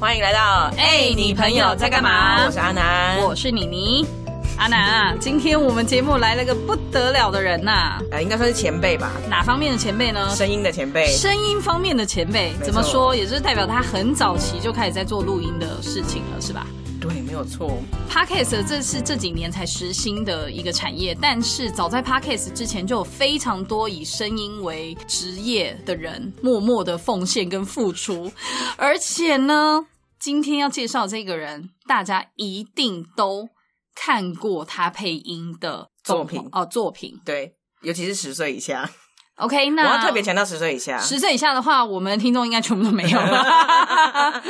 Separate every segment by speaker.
Speaker 1: 欢迎来到
Speaker 2: 哎你朋友在干嘛
Speaker 1: 我是阿南，
Speaker 2: 我是妮妮。阿南啊，今天我们节目来了个不得了的人呐、
Speaker 1: 呃应该算是前辈吧，
Speaker 2: 哪方面的前辈呢？
Speaker 1: 声音的前辈，
Speaker 2: 声音方面的前辈，
Speaker 1: 错
Speaker 2: 怎么说，也就是代表他很早期就开始在做录音的事情了，是吧
Speaker 1: 对，没有错。
Speaker 2: ？Podcast 这是这几年才实行的一个产业，但是早在 Podcast 之前，就有非常多以声音为职业的人默默的奉献跟付出，而且呢，今天要介绍这个人，大家一定都看过他配音的
Speaker 1: 作品
Speaker 2: 哦，作品。
Speaker 1: 对，尤其是十岁以下，
Speaker 2: OK，
Speaker 1: 我
Speaker 2: 那
Speaker 1: 要特别强调十岁以下。
Speaker 2: 十岁以下的话，我们听众应该全部都没有 了。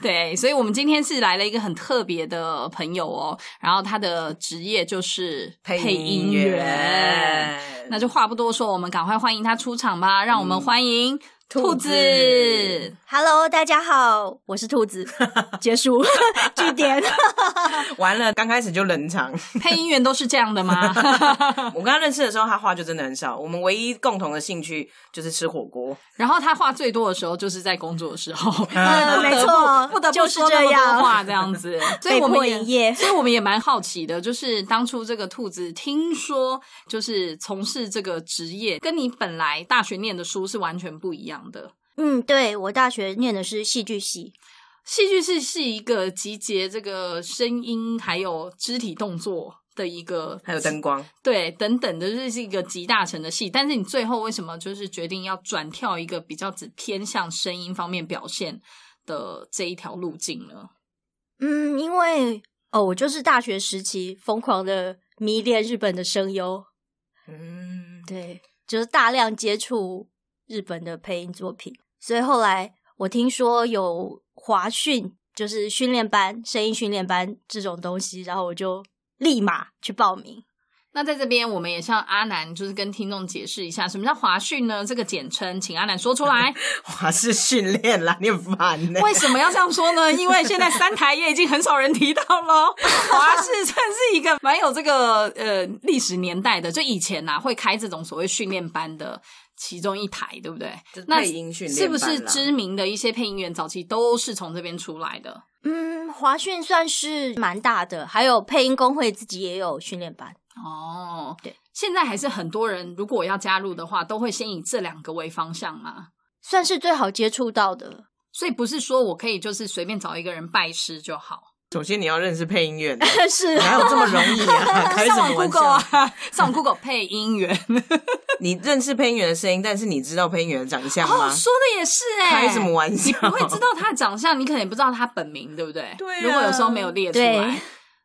Speaker 2: 对，所以我们今天是来了一个很特别的朋友哦，然后他的职业就是配音员。那就话不多说，我们赶快欢迎他出场吧，让我们欢迎
Speaker 1: 兔
Speaker 2: 嗯兔
Speaker 1: 子
Speaker 2: 子。
Speaker 3: Hello，大家好，我是兔子。结束 据点，
Speaker 1: 完了，刚开始就冷 场。
Speaker 2: 配音员都是这样的 吗？
Speaker 1: 我跟他认识的时候，他话就真的很少。我们唯一共同的兴趣就是吃火锅。
Speaker 2: 然后他话最多的时候就是在工作的时候，
Speaker 3: 嗯没错
Speaker 2: 不得不
Speaker 3: 就是
Speaker 2: 说那
Speaker 3: 这
Speaker 2: 么多
Speaker 3: 样
Speaker 2: 话这样子，所以
Speaker 3: 被
Speaker 2: 我们
Speaker 3: 迫
Speaker 2: 也
Speaker 3: 营业
Speaker 2: 所以我们也蛮好奇的，就是当初这个兔子听说就是从事这个职业，跟你本来大学念的书是完全不一样的。
Speaker 3: 嗯，对我大学念的是戏剧系，
Speaker 2: 戏剧是是一个集结这个声音还有肢体动作的一个，
Speaker 1: 还有灯光，
Speaker 2: 对等等的，这是一个集大成的戏。但是你最后为什么就是决定要转跳一个比较只偏向声音方面表现的这一条路径呢？
Speaker 3: 嗯，因为哦，我就是大学时期疯狂的迷恋日本的声优，
Speaker 1: 嗯，
Speaker 3: 对，就是大量接触日本的配音作品，所以后来我听说有华训，就是训练班、声音训练班这种东西，然后我就立马去报名。
Speaker 2: 那在这边，我们也向阿南就是跟听众解释一下，什么叫华讯呢？这个简称，请阿南说出来。
Speaker 1: 华是训练啦，你很烦呢、
Speaker 2: 为什么要这样说呢？因为现在三台也已经很少人提到喽。华视算是一个蛮有这个呃历史年代的，就以前呐、会开这种所谓训练班的其中一台，对不对
Speaker 1: 就是？
Speaker 2: 那
Speaker 1: 配音训练
Speaker 2: 是不是
Speaker 1: 班啦
Speaker 2: 知名的一些配音员早期都是从这边出来的？
Speaker 3: 嗯，华讯算是蛮大的，还有配音工会自己也有训练班。
Speaker 2: 哦，
Speaker 3: 对，
Speaker 2: 现在还是很多人如果要加入的话，都会先以这两个为方向嘛。
Speaker 3: 算是最好接触到的。
Speaker 2: 所以不是说我可以就是随便找一个人拜师就好，
Speaker 1: 首先你要认识配音员，啊
Speaker 3: 但是
Speaker 1: 哪有这么容易 啊？ 开什
Speaker 2: 上
Speaker 1: 么
Speaker 2: 网
Speaker 1: 玩
Speaker 2: Google
Speaker 1: 笑？
Speaker 2: 啊，上网 Google 配音员。
Speaker 1: 你认识配音员的声音，但是你知道配音员的长相吗？
Speaker 2: 哦，说的也是哎、
Speaker 1: 开什么玩笑？
Speaker 2: 不会知道他的长相，你可能也不知道他本名，对不对？
Speaker 1: 对啊
Speaker 2: 如果有时候没有列出来
Speaker 3: 对，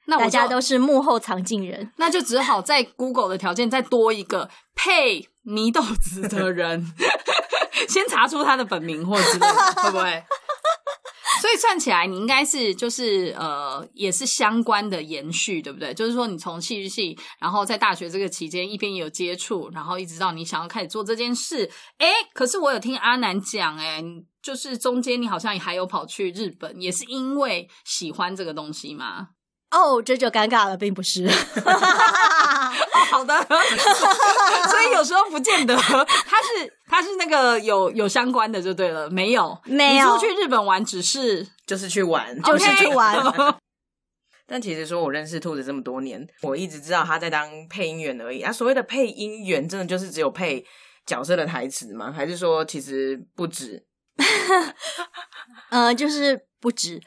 Speaker 2: 那我
Speaker 3: 大
Speaker 2: 就
Speaker 3: 家都是幕后藏镜人，
Speaker 2: 那就只好在 Google 的条件再多一个配泥豆子的人， 先查出他的本名或之类的，会不会？所以算起来，你应该是就是呃，也是相关的延续，对不对？就是说，你从戏剧系，然后在大学这个期间，一边也有接触，然后一直到你想要开始做这件事。诶，可是我有听阿南讲、诶，你就是中间你好像还有跑去日本，也是因为喜欢这个东西吗？
Speaker 3: 哦，这就尴尬了，并不是。
Speaker 2: 哦，好 的。所以有时候不见得，他是他是那个有有相关的就对了，没有
Speaker 3: 没有
Speaker 2: 你出去日本玩只是
Speaker 1: 就是去玩，
Speaker 3: 就是
Speaker 2: OK
Speaker 3: 去玩
Speaker 1: 但其实说我认识兔子这么多年，我一直知道他在当配音员而已。啊，所谓的配音员，真的就是只有配角色的台词吗？还是说其实不止？
Speaker 3: 嗯，就是 不止。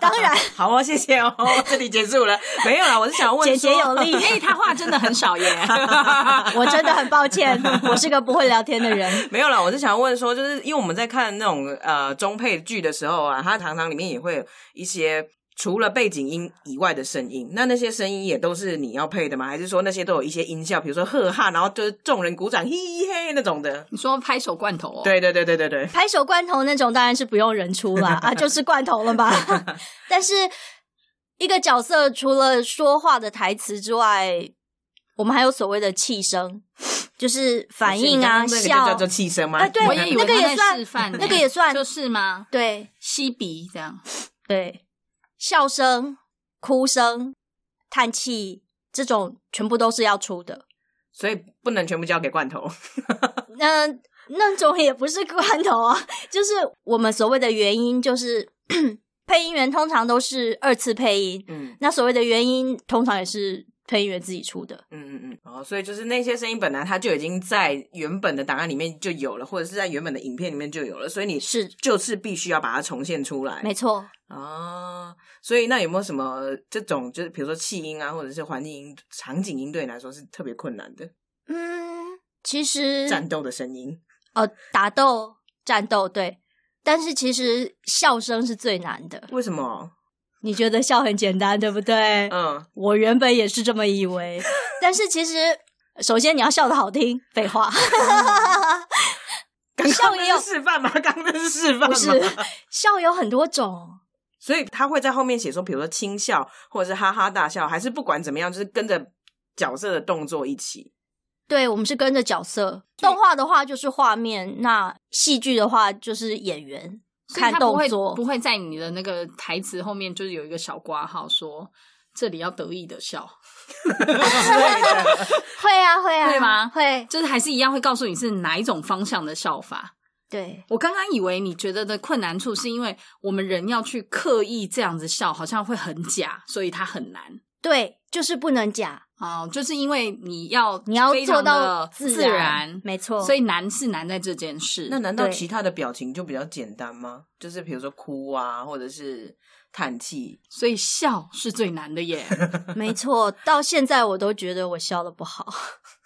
Speaker 3: 当然，
Speaker 1: 好哦，谢谢哦， 这里结束了。没有啦，我是想要问
Speaker 3: 简
Speaker 1: 说
Speaker 3: 洁有力。
Speaker 2: 哎、他话真的很少 耶。
Speaker 3: 我真的很抱歉，我是个不会聊天的人。
Speaker 1: 没有啦，我是想要问说，就是因为我们在看那种呃中配剧的时候啊，它常常里面也会有一些除了背景音以外的声音，那那些声音也都是你要配的吗？还是说那些都有一些音效，比如说呵哈，然后就是众人鼓掌嘿嘿那种的？
Speaker 2: 你说拍手罐头哦？，
Speaker 1: 对对对对对对，
Speaker 3: 拍手罐头那种当然是不用人出 啦，啊，就是罐头了吧。但是一个角色除了说话的台词之外，我们还有所谓的气声，就是反应啊、
Speaker 1: 那个就叫
Speaker 3: 笑
Speaker 1: 做，气声吗？
Speaker 3: 啊对
Speaker 2: 我也以为
Speaker 3: 那个也
Speaker 2: 他在
Speaker 3: 算
Speaker 2: 示范呢，
Speaker 3: 那个也算
Speaker 2: 就是吗？
Speaker 3: 对
Speaker 2: 吸鼻这样，
Speaker 3: 对，笑声、哭声、叹气这种全部都是要出的。
Speaker 1: 所以不能全部交给罐头。
Speaker 3: 哦那那种也不是罐头啊，就是我们所谓的原因，就是 配音员通常都是二次配音，
Speaker 1: 嗯
Speaker 3: 那所谓的原因通常也是配音员自己出的。
Speaker 1: 嗯嗯嗯，哦，所以就是那些声音本来它就已经在原本的档案里面就有了，或者是在原本的影片里面就有了，所以你
Speaker 3: 是
Speaker 1: 就是必须要把它重现出来。
Speaker 3: 没错，
Speaker 1: 啊，所以那有没有什么这种就是比如说气音啊，或者是环境音、场景音对你来说是特别困难的
Speaker 3: 嗯，其实
Speaker 1: 战斗的声音？
Speaker 3: 呃打斗战斗对，但是其实笑声是最难的。
Speaker 1: 为什么？
Speaker 3: 你觉得笑很简单，对不对？
Speaker 1: 嗯，
Speaker 3: 我原本也是这么 以为，但是其实首先你要笑的好听，废话，
Speaker 1: 刚
Speaker 3: 笑
Speaker 1: 刚
Speaker 3: 也有
Speaker 1: 那是示范吗？ 刚刚那是示范
Speaker 3: 不 是
Speaker 1: 吗？
Speaker 3: 笑有很多种。
Speaker 1: 所以他会在后面写说，比如说轻笑，或者是哈哈大笑，还是不管怎么样，就是跟着角色的动作一起。
Speaker 3: 对，我们是跟着角色。动画的话就是画面，那戏剧的话就是演员
Speaker 2: 所以
Speaker 3: 看
Speaker 2: 它不
Speaker 3: 动
Speaker 2: 会
Speaker 3: 作
Speaker 2: 不。会在你的那个台词后面就是有一个小挂号说这里要得意的笑，
Speaker 3: 会啊，会啊，
Speaker 2: 会吗
Speaker 3: 会，
Speaker 2: 就是还是一样会告诉你是哪一种方向的笑法。
Speaker 3: 对，
Speaker 2: 我刚刚以为你觉得的困难处是因为我们人要去刻意这样子笑，好像会很假，所以它很难。
Speaker 3: 对，就是不能假，
Speaker 2: 哦，就是因为你要
Speaker 3: 你要
Speaker 2: 非
Speaker 3: 做
Speaker 2: 常
Speaker 3: 到
Speaker 2: 的
Speaker 3: 自
Speaker 2: 自然，
Speaker 3: 没错。
Speaker 2: 所以难是难在这件事。
Speaker 1: 那难道
Speaker 3: 对
Speaker 1: 其他的表情就比较简单吗？就是比如说哭啊，或者是叹气。
Speaker 2: 所以笑是最难 的耶。
Speaker 3: 没错，到现在我都觉得我笑的不好。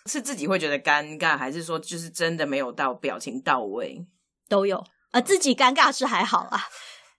Speaker 1: 是自己会觉得尴尬，还是说就是真的没有到表情到位？
Speaker 3: 都有。呃，自己尴尬是还好啦，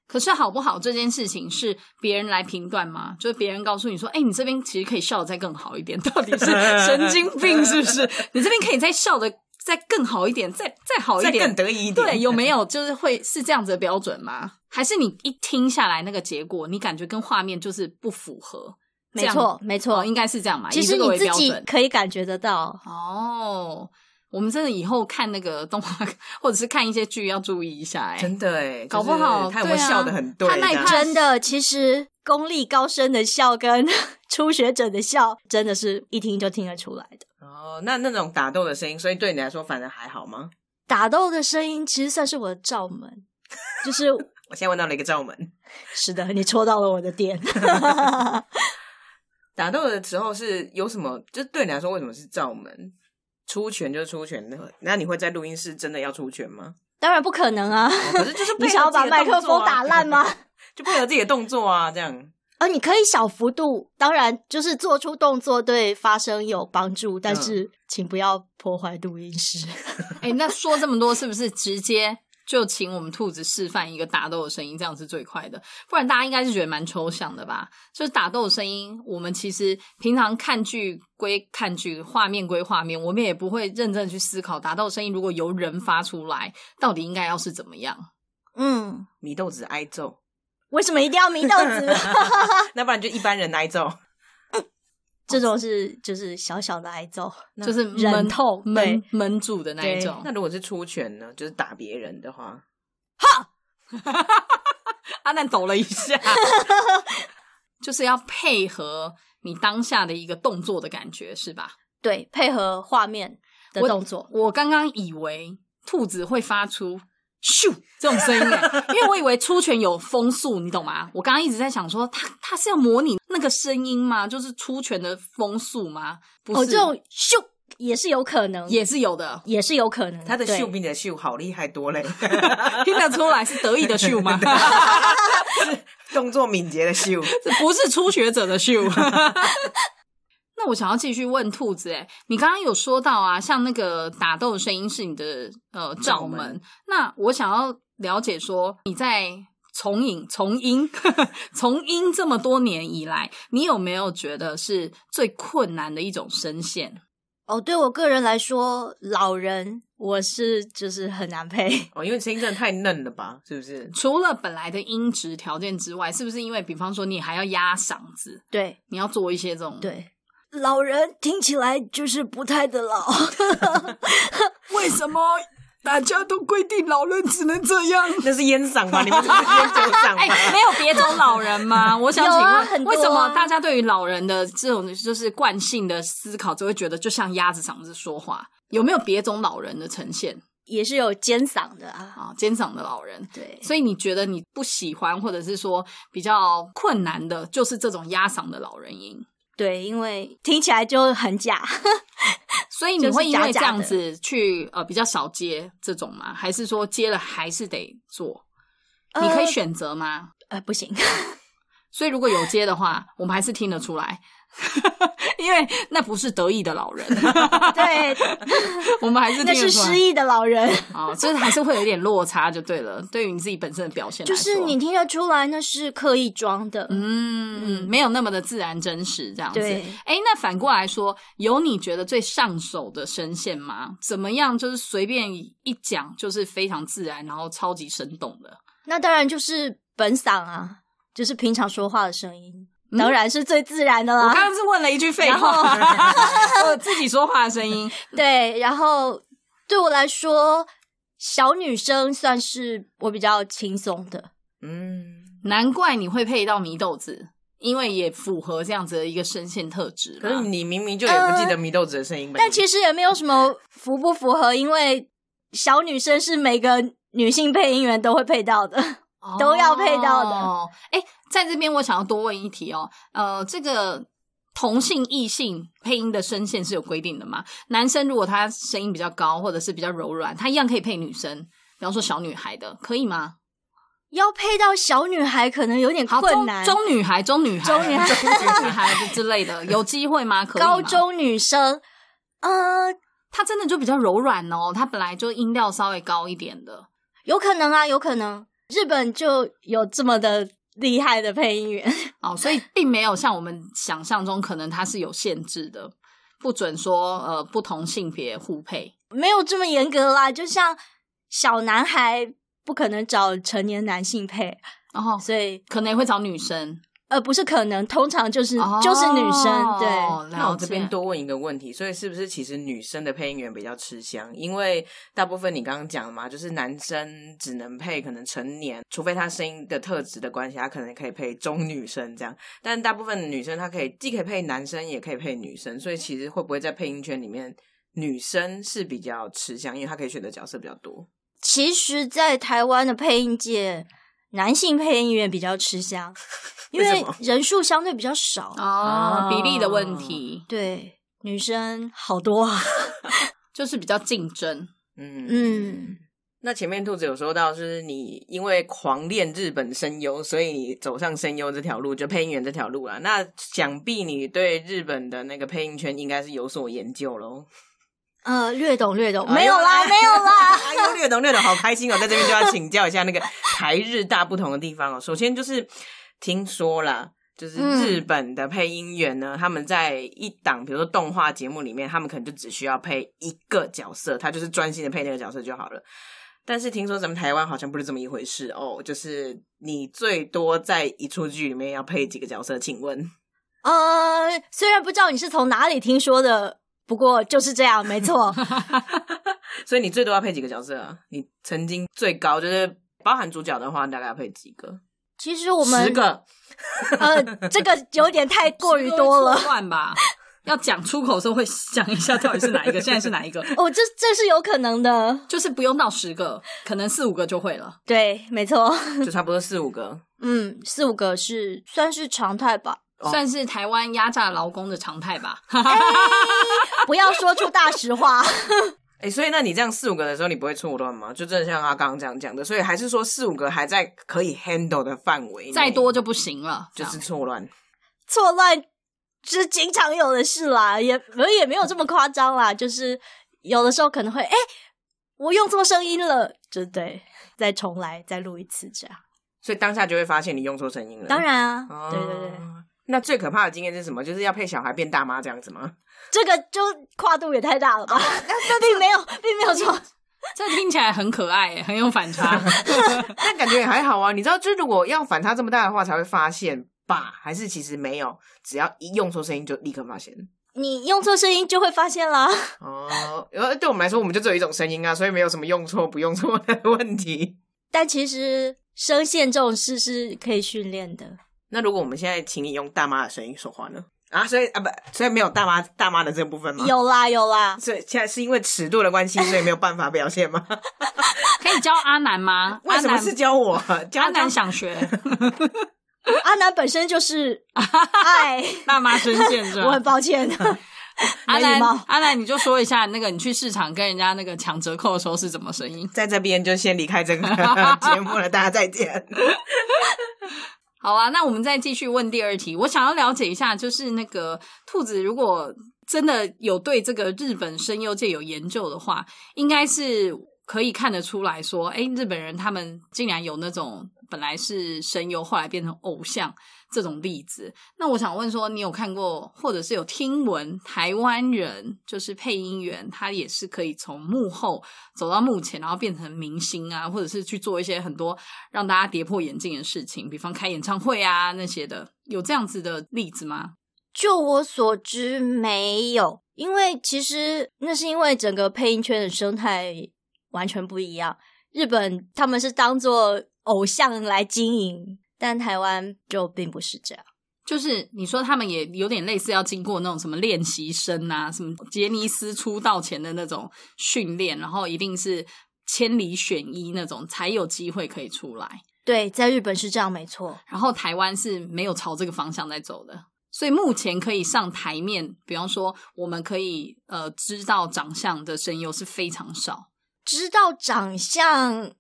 Speaker 2: 可是好不好这件事情是别人来评断吗？就是别人告诉你说，哎、你这边其实可以笑的再更好一点， 到底是神经病是不是？ 你这边可以再笑的再更好一点，再再好一
Speaker 1: 再
Speaker 2: 点，
Speaker 1: 更得意一点，
Speaker 2: 对，有没有就是会是这样子的标准吗？还是你一听下来那个结果，你感觉跟画面就是不符合？
Speaker 3: 没
Speaker 2: 这
Speaker 3: 错
Speaker 2: 样，
Speaker 3: 没错
Speaker 2: 哦，。应该是这样嘛？
Speaker 3: 其
Speaker 2: 以
Speaker 3: 实
Speaker 2: 这个
Speaker 3: 你
Speaker 2: 为
Speaker 3: 自
Speaker 2: 标
Speaker 3: 己
Speaker 2: 准
Speaker 3: 可以感觉得到，
Speaker 2: 哦。我们真的以后看那个动画，或者是看一些剧，要注意一下、哎，
Speaker 1: 真的哎，
Speaker 2: 搞不好
Speaker 1: 就是他有没有
Speaker 2: 对啊
Speaker 1: 笑的很对
Speaker 2: 他
Speaker 1: 这
Speaker 2: 那一
Speaker 1: 样？
Speaker 2: 趴
Speaker 3: 真的，其实功力高深的笑跟 初学者的笑，真的是一听就听得出来的。
Speaker 1: 哦，那那种打斗的声音，所以对你来说反而还好吗？
Speaker 3: 打斗的声音其实算是我的罩门，就是
Speaker 1: 我现在问到了一个罩门，
Speaker 3: 是的，你戳到了我的点。
Speaker 1: 打斗的时候是有什么？就对你来说为什么是罩门？出拳就是出拳，那那你会在录音室真的要出拳吗？
Speaker 3: 当然不可能啊，
Speaker 1: 哦可是就是配合
Speaker 3: 你想要把
Speaker 1: 自己的
Speaker 3: 麦
Speaker 1: 动作啊
Speaker 3: 克风打烂吗？
Speaker 1: 就配合自己的动作啊，这样。
Speaker 3: 呃，你可以小幅度，当然就是做出动作对发声有帮助，但是请不要破坏录音室。
Speaker 2: 哎、那说这么多，是不是直接就请我们兔子示范一个打斗的声音，这样是最快的？不然大家应该是觉得蛮抽象的吧？就是打斗的声音，我们其实平常看剧归看剧，画面归画面，我们也不会认真地去思考打斗声音如果由人发出来，到底应该要是怎么样？
Speaker 3: 嗯，
Speaker 1: 米豆子挨揍，
Speaker 3: 为什么一定要迷豆子？
Speaker 1: 那不然就一般人挨揍。
Speaker 3: 这种是就是小小的挨揍，
Speaker 2: 就是
Speaker 3: 忍
Speaker 2: 闷
Speaker 3: 痛
Speaker 2: 闷
Speaker 3: 对
Speaker 2: 闷住的那一
Speaker 3: 对
Speaker 2: 种
Speaker 1: 那。如果是出拳呢？就是打别人的话，
Speaker 2: 阿南抖了一 下，就是要配合你当下的一个动作的感觉，是吧？
Speaker 3: 对，配合画面的
Speaker 2: 我
Speaker 3: 动作。
Speaker 2: 我刚刚以为兔子会发出咻这种声音欸、因为我以为出拳有风速，你懂吗？我刚刚一直在想说，它它是要模拟那个声音吗？就是出拳的风速吗？不是，
Speaker 3: 哦，这种咻也是有可能，，
Speaker 2: 也是有的
Speaker 3: 也是有可能。
Speaker 1: 他的
Speaker 3: 对
Speaker 1: 秀比你的秀好厉害多嘞，
Speaker 2: 听得出来是得意的咻吗？
Speaker 1: 动作敏捷的秀。
Speaker 2: 这不是初学者的秀。 那我想要继续问兔子、欸，你刚刚有说到啊，像那个打斗的声音是你的呃罩
Speaker 1: 罩
Speaker 2: 门，
Speaker 1: 门
Speaker 2: 那我想要了解说你在从影从音 从音这么多年以来，你有没有觉得是最困难的一种声线？
Speaker 3: 哦，对我个人来说，老人我是就是很难配。
Speaker 1: 哦，因为声音真的太嫩了吧？是不是？
Speaker 2: 除了本来的音质条件之外，是不是因为比方说你还要压嗓子，
Speaker 3: 对
Speaker 2: 你要做一些这种？，
Speaker 3: 对，老人听起来就是不太的老。
Speaker 2: 为什么大家都规定老人只能这样？
Speaker 1: 那是烟嗓吧？你们是不是烟酒嗓
Speaker 2: 哎、
Speaker 1: 吧？
Speaker 2: 没有别种老人 吗？我想请
Speaker 3: 有
Speaker 2: 问，
Speaker 3: 啊很多啊
Speaker 2: 为什么大家对于老人的这种就是惯性的思考，就会觉得就像鸭子嗓子说话？有没有别种老人的呈现？
Speaker 3: 也是有尖嗓的啊。
Speaker 2: 啊，肩嗓的老人。
Speaker 3: 对，
Speaker 2: 所以你觉得你不喜欢，或者是说比较困难的，就是这种压嗓的老人音。
Speaker 3: 对，因为听起来就很假。
Speaker 2: 所以你
Speaker 3: 就是
Speaker 2: 会因为
Speaker 3: 假假
Speaker 2: 这样
Speaker 3: 的
Speaker 2: 子去呃比较少接这种吗？还是说接了还是得做？你可以选择吗？
Speaker 3: 呃，呃不行，
Speaker 2: 所以如果有接的话，我们还是听得出来， 因为那不是得意的老人，
Speaker 3: 对，
Speaker 2: 我们还是
Speaker 3: 那
Speaker 2: 听
Speaker 3: 是
Speaker 2: 得出
Speaker 3: 失
Speaker 2: 来。
Speaker 3: 忆的老人，
Speaker 2: 哦，就是还是会有一点落差就对了。对于你自己本身的表现来
Speaker 3: 就
Speaker 2: 说，
Speaker 3: 是你听得出来那是刻意装的。
Speaker 2: 嗯，没有那么的自然真实这样子。
Speaker 3: 对
Speaker 2: 哎，那反过来说，有你觉得最上手的声线吗？怎么样，就是随便一讲就是非常自然，然后超级生动的。
Speaker 3: 那当然就是本嗓啊，就是平常说话的声音，
Speaker 2: 嗯
Speaker 3: 当然是最自然的
Speaker 2: 我
Speaker 3: 啦。
Speaker 2: 刚刚是问了一句废话， 我自己说话的声音。
Speaker 3: 对，然后对我来说，小女生算是我比较轻松的。
Speaker 1: 嗯，
Speaker 2: 难怪你会配到祢豆子，因为也符合这样子的一个声线特质
Speaker 1: 可是
Speaker 2: 嘛。
Speaker 1: 你明明就也不记得祢豆子的声音吧？
Speaker 3: 但其实也没有什么符不符合，因为小女生是每个女性配音员都会配到的。 都要配到的
Speaker 2: 哦。哎、在这边我想要多问一题哦，呃，这个同性异性配音的声线是有规定的吗？男生如果他声音比较高或者是比较柔软，他一样可以配女生，比方说小女孩的，可以吗？
Speaker 3: 要配到小女孩可能有点
Speaker 2: 好，
Speaker 3: 困难，
Speaker 2: 中中女孩、中女孩、
Speaker 3: 中女孩
Speaker 2: 中女孩之类的，有机会吗？可以吗
Speaker 3: 高。中女生，呃，
Speaker 2: 他真的就比较柔软哦，他本来就音调稍微高一点的，
Speaker 3: 有可能啊，有可能日本就有这么的厉害的配音员，
Speaker 2: 哦，所以并没有像我们想象中，可能它是有限制的，不准说呃不同性别互配。
Speaker 3: 没有这么严格啦。就像小男孩不可能找成年男性配，
Speaker 2: 然后
Speaker 3: 所以
Speaker 2: 可能也会找女生，
Speaker 3: 呃不是可能，通常就是、
Speaker 2: 哦
Speaker 3: 就是女生对。
Speaker 1: 那
Speaker 2: 了
Speaker 1: 我
Speaker 2: 解
Speaker 1: 这边多问一个问题，所以是不是其实女生的配音员比较吃香？因为大部分你刚刚讲的嘛，就是男生只能配可能成年，除非他声音的特质的关系，他可能可以配中女生这样。但大部分的女生她可以既可以配男生，也可以配女生，所以其实会不会在配音圈里面，女生是比较吃香，因为她可以选择角色比较多。
Speaker 3: 其实，在台湾的配音界，男性配音员比较 吃香，因
Speaker 1: 为
Speaker 3: 为
Speaker 1: 什么
Speaker 3: 人数相对比较少。
Speaker 2: 哦
Speaker 3: 啊
Speaker 1: 哦，
Speaker 2: 比例的问题
Speaker 3: 对，女生好多 啊。
Speaker 2: 就是比较竞争。
Speaker 1: 嗯
Speaker 3: 嗯，
Speaker 1: 那前面兔子有说到，就是你因为狂练日本声优，所以你走上声优这条路，就配音员这条路啊。那想必你对日本的那个配音圈应该是有所研究喽。
Speaker 3: 呃，略懂略懂，
Speaker 1: 哎呦
Speaker 3: 没有啦，没有啦。
Speaker 1: 哎呦，略懂略懂，好开心哦！在这边就要请教一下那个台日大不同的地方哦。首先就是听说啦，就是
Speaker 3: 嗯
Speaker 1: 日本的配音员呢，他们在一档比如说动画节目里面，他们可能就只需要配一个角色，他就是专心的配那个角色就好了。但是听说咱们台湾好像不是这么一回事哦，就是你最多在一出剧里面要配几个角色？请问，
Speaker 3: 呃，虽然不知道你是从哪里听说的，不过就是这样，没 错。
Speaker 1: 所以你最多要配几个角色啊？你曾经最高就是包含主角的话，大概要配几个？
Speaker 3: 其实我们
Speaker 1: 十个。
Speaker 3: 呃，这个有点太 过于多了。
Speaker 2: 乱吧。要讲出口的时候会想一下到底是哪一个，现在是哪一个，
Speaker 3: 哦，这这是有可能的，
Speaker 2: 就是不用到十个，可能四五个就会了。
Speaker 3: 对，没错。
Speaker 1: 就差不多四五个。
Speaker 3: 嗯，四五个是算是常态吧。
Speaker 1: 哦
Speaker 2: 算是台湾压榨劳工的常态吧。
Speaker 3: 不要说出大实话。
Speaker 1: 哎、所以那你这样四五个的时候，你不会错乱吗？就真的像他刚刚这样讲的，所以还是说四五个还在可以 handle 的范围内，
Speaker 2: 再多就不行了，
Speaker 1: 就
Speaker 2: 这
Speaker 1: 是
Speaker 2: 样
Speaker 1: 错乱。
Speaker 3: 错乱是经常有的事啦，也我也没有这么夸张啦，就是有的时候可能会，哎、我用错声音了，就对，再重来，再录一次这样。
Speaker 1: 所以当下就会发现你用错声音了。
Speaker 3: 当，然啊，
Speaker 1: 哦、
Speaker 3: 对对对，。
Speaker 1: 那最可怕的经验是什么？就是要配小孩变大妈这样子吗？
Speaker 3: 这个就跨度也太大了吧？ 并没有，并没有说，
Speaker 2: 这听起来很可爱耶，很有反差。
Speaker 1: 但感觉也还好啊。你知道，就是如果要反差这么大的话，才会发现吧？还是其实没有，只要一用错声音就立刻发现。
Speaker 3: 你用错声音就会发现啦。
Speaker 1: 哦，然后对我们来说，我们就只有一种声音啊，所以没有什么用错不用错的问题。
Speaker 3: 但其实声线这种事是可以训练的。
Speaker 1: 那如果我们现在请你用大妈的声音说话呢？啊，所以啊不，所以没有大妈大妈的这部分吗？，
Speaker 3: 有啦有啦，
Speaker 1: 所以现在是因为尺度的关系，所以没有办法表现吗？
Speaker 2: 可以教阿南吗？
Speaker 1: 为什么是教我？教
Speaker 2: 阿南？
Speaker 1: 教
Speaker 2: 阿南想学
Speaker 3: 阿南本身 就是爱，
Speaker 2: 大妈声线是
Speaker 3: 我
Speaker 2: 吧
Speaker 3: 很？抱歉，
Speaker 2: 阿
Speaker 3: 没礼
Speaker 2: 南
Speaker 3: 貌，
Speaker 2: 阿南，你就说一下那个你去市场跟人家那个抢折扣的时候是怎么声音？
Speaker 1: 在这边就先离开这个节目了，大家再见。
Speaker 2: 好啊，那我们再继续问第二题。我想要了解一下，就是那个兔子，如果真的有对这个日本声优界有研究的话，应该是可以看得出来说，哎，日本人他们竟然有那种本来是声优，后来变成偶像这种例子。那我想问说，你有看过或者是有听闻台湾人就是配音员，他也是可以从幕后走到幕前，然后变成明星啊，或者是去做一些很多让大家跌破眼镜的事情，比方开演唱会啊那些的，有这样子的例子吗？
Speaker 3: 就我所知，没有，因为其实那是因为整个配音圈的生态完全不一样。日本他们是当做偶像来经营，但台湾就并不是这样。
Speaker 2: 就是你说他们也有点类似要经过那种什么练习生啊，什么杰尼斯出道前的那种训练，然后一定是千里选一那种才有机会可以出来。
Speaker 3: 对，在日本是这样，没错。
Speaker 2: 然后台湾是没有朝这个方向在走的，所以目前可以上台面，比方说我们可以呃知道长相的声优是非常少，
Speaker 3: 知道长相，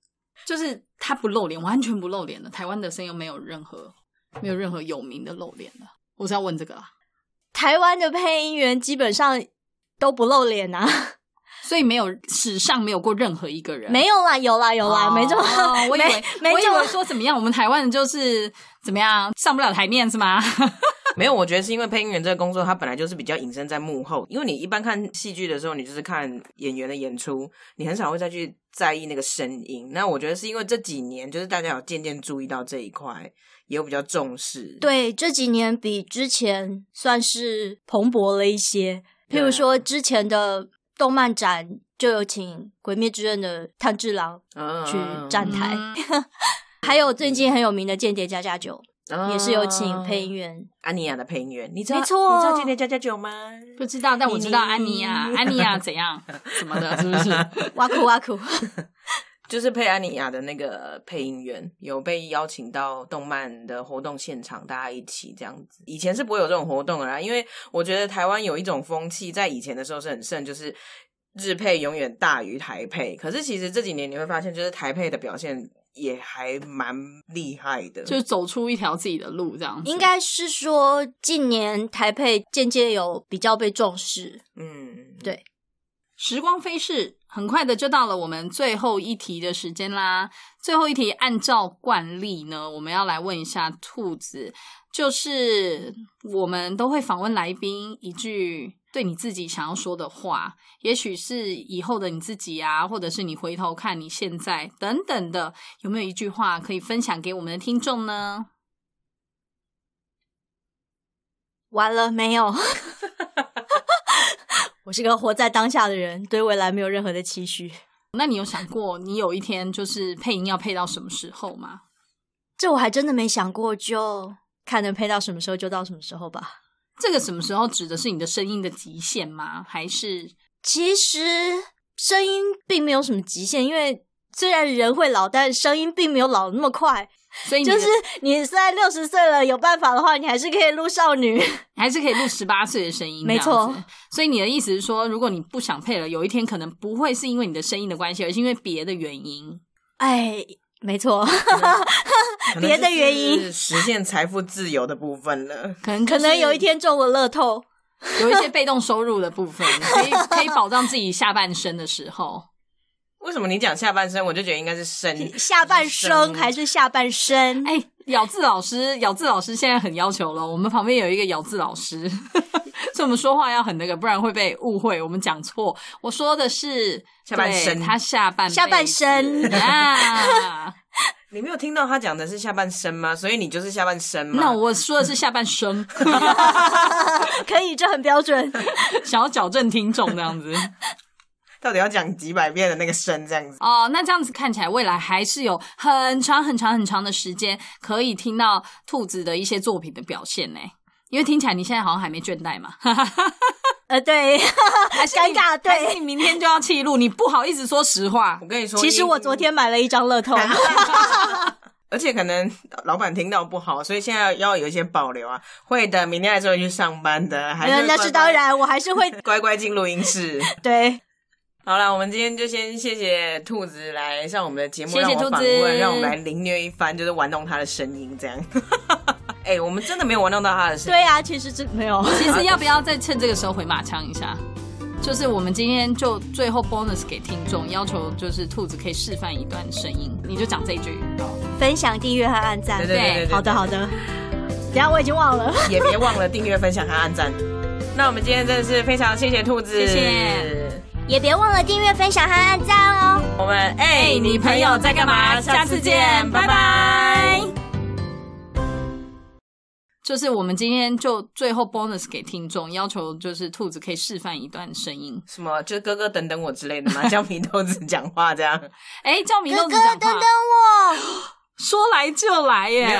Speaker 2: 就是他不露脸，完全不露脸的。台湾的声优没有任何没有任何有名的露脸的。我是要问这个啦，
Speaker 3: 台湾的配音员基本上都不露脸啊，
Speaker 2: 所以没有史上没有过任何一个人
Speaker 3: 没有啦，有啦，有啦，
Speaker 2: 哦
Speaker 3: 没这么，
Speaker 2: 我以为
Speaker 3: 没
Speaker 2: 我
Speaker 3: 没
Speaker 2: 以
Speaker 3: 这
Speaker 2: 为
Speaker 3: 么，
Speaker 2: 说怎么样，我们台湾人就是怎么样上不了台面是吗？
Speaker 1: 没有，我觉得是因为配音员这个工作，它本来就是比较隐身在幕后。因为你一般看戏剧的时候，你就是看演员的演出，你很少会再去在意那个声音。啊那我觉得是因为这几年，就是大家有渐渐注意到这一块，也有比较重视。，
Speaker 3: 对，这几年比之前算是蓬勃了一些。譬如
Speaker 1: 对
Speaker 3: 说，之前的动漫展就有请《鬼灭之刃》的炭治郎，
Speaker 1: 嗯
Speaker 3: 去站台
Speaker 2: 嗯
Speaker 3: 还有最近很有名的《间谍加加九》，也是有请配音
Speaker 1: 员
Speaker 3: 员。
Speaker 1: 安妮亚的配音员。你知道
Speaker 3: 啊没错
Speaker 1: 你知道今天加加酒吗？
Speaker 2: 不知道，但我知道安妮 亚，
Speaker 3: 嗯
Speaker 1: 你
Speaker 2: 安妮亚怎样什么的，是不是？
Speaker 3: 哇酷哇酷，
Speaker 1: 就是配安妮亚的那个配音员有被邀请到动漫的活动现场，大家一起这样子。以前是不会有这种活动的啦，因为我觉得台湾有一种风气，在以前的时候是很盛，就是日配永远大于台配。可是其实这几年你会发现，就是台配的表现也还蛮厉害的，
Speaker 2: 就是走出一条自己的路，这样子
Speaker 3: 应该是说近年台配渐渐有比较被重视。
Speaker 1: 嗯，
Speaker 3: 对
Speaker 2: 时光飞逝，很快的就到了我们最后一题的时间啦。最后一题，按照惯例呢，我们要来问一下兔子，就是我们都会访问来宾一句对你自己想要说的话，也许是以后的你自己啊，或者是你回头看你现在等等的，有没有一句话可以分享给我们的听众呢？
Speaker 3: 完了没有？ 我是个活在当下的人，对未来没有任何的期许。
Speaker 2: 那你有想过，你有一天就是配音要配到什么时候吗？
Speaker 3: 这我还真的没想过，就看能配到什么时候就到什么时候吧。
Speaker 2: 这个什么时候指的是你的声音的极限吗？还是
Speaker 3: 其实声音并没有什么极限，因为虽然人会老，但声音并没有老那么快。
Speaker 2: 所以你的
Speaker 3: 就是你虽然六十岁了，有办法的话，你还是可以录少女。
Speaker 2: 还是可以录十八岁的声音，
Speaker 3: 没错
Speaker 2: 这样子。所以你的意思是说，如果你不想配了，有一天可能不会是因为你的声音的关系，而是因为别的原因。
Speaker 3: 哎，没错，
Speaker 1: 可能
Speaker 3: 别的原因
Speaker 1: 就是实现财富自由的部分了。
Speaker 2: 可能、
Speaker 3: 可能有一天中了乐透。
Speaker 2: 有一些被动收入的部分，可以可以保障自己下半身的时候。
Speaker 1: 为什么你讲下半身，我就觉得应该是身
Speaker 3: 下半身还
Speaker 1: 嗯是
Speaker 3: 是下半身？
Speaker 2: 哎，咬字老师，咬字老师现在很要求了。我们旁边有一个咬字老师， 所以我们说话要很那个，不然会被误会。我们讲错，我说的是
Speaker 1: 下半身
Speaker 2: 对他下半辈子
Speaker 3: 下半身
Speaker 2: 啊。
Speaker 1: 你没有听到他讲的是下半身吗？所以你就是下半身吗？
Speaker 2: 那我说的是下半身，
Speaker 3: 可以，这很 标准。
Speaker 2: 想要矫正听众这样子
Speaker 1: 到底要讲几百遍的那个声这样子。
Speaker 2: 哦。那这样子看起来，未来还是有很长很长很长的时间可以听到兔子的一些作品的表现呢。因为听起来你现在好像还没倦怠嘛，
Speaker 3: 呃，对，
Speaker 2: 还是你
Speaker 3: 尴尬对
Speaker 2: 还是你明天就要弃录，你不好意思说实话
Speaker 1: 我，跟你说，
Speaker 3: 其实我昨天 买了一张乐透，
Speaker 1: 而且可能老板听到不好，所以现在要有一些保留啊。会的，明天还是会去上班的，还是会
Speaker 3: 呃嗯那是当然，我还是 会
Speaker 1: 乖乖乖进录音室。
Speaker 3: 对。
Speaker 1: 好了，我们今天就先谢谢兔子来上我们的节目，
Speaker 2: 谢谢
Speaker 1: 让我访
Speaker 2: 兔
Speaker 1: 问，
Speaker 2: 子
Speaker 1: 让我们来凌虐一番，就是玩弄他的声音这样。 哎、我们真的没有玩弄到他的声音。
Speaker 3: 对啊，其实这没有，
Speaker 2: 其实要不要再趁这个时候回马枪一下？就是我们今天就最后 bonus 给听众，要求就是兔子可以示范一段声音，你就讲这一句。
Speaker 3: 分享、订阅和按赞。
Speaker 1: 对对对对对
Speaker 3: 好的好的。等一下我已经忘了，
Speaker 1: 也别忘了订阅、分享和按 赞。那我们今天真的是非常谢谢兔子，
Speaker 2: 谢谢
Speaker 3: 也别忘了订阅、分享和按赞哦。
Speaker 1: 我们哎、
Speaker 2: 哎，你朋友在干嘛？下次见，拜拜。就是我们今天就最后 bonus 给听众，要求就是兔子可以示范一段声音。
Speaker 1: 什么？就哥哥等等我之类的吗？叫米豆子讲话这样。
Speaker 2: 哎，叫米豆子讲话，
Speaker 3: 我。
Speaker 2: 说来就来耶。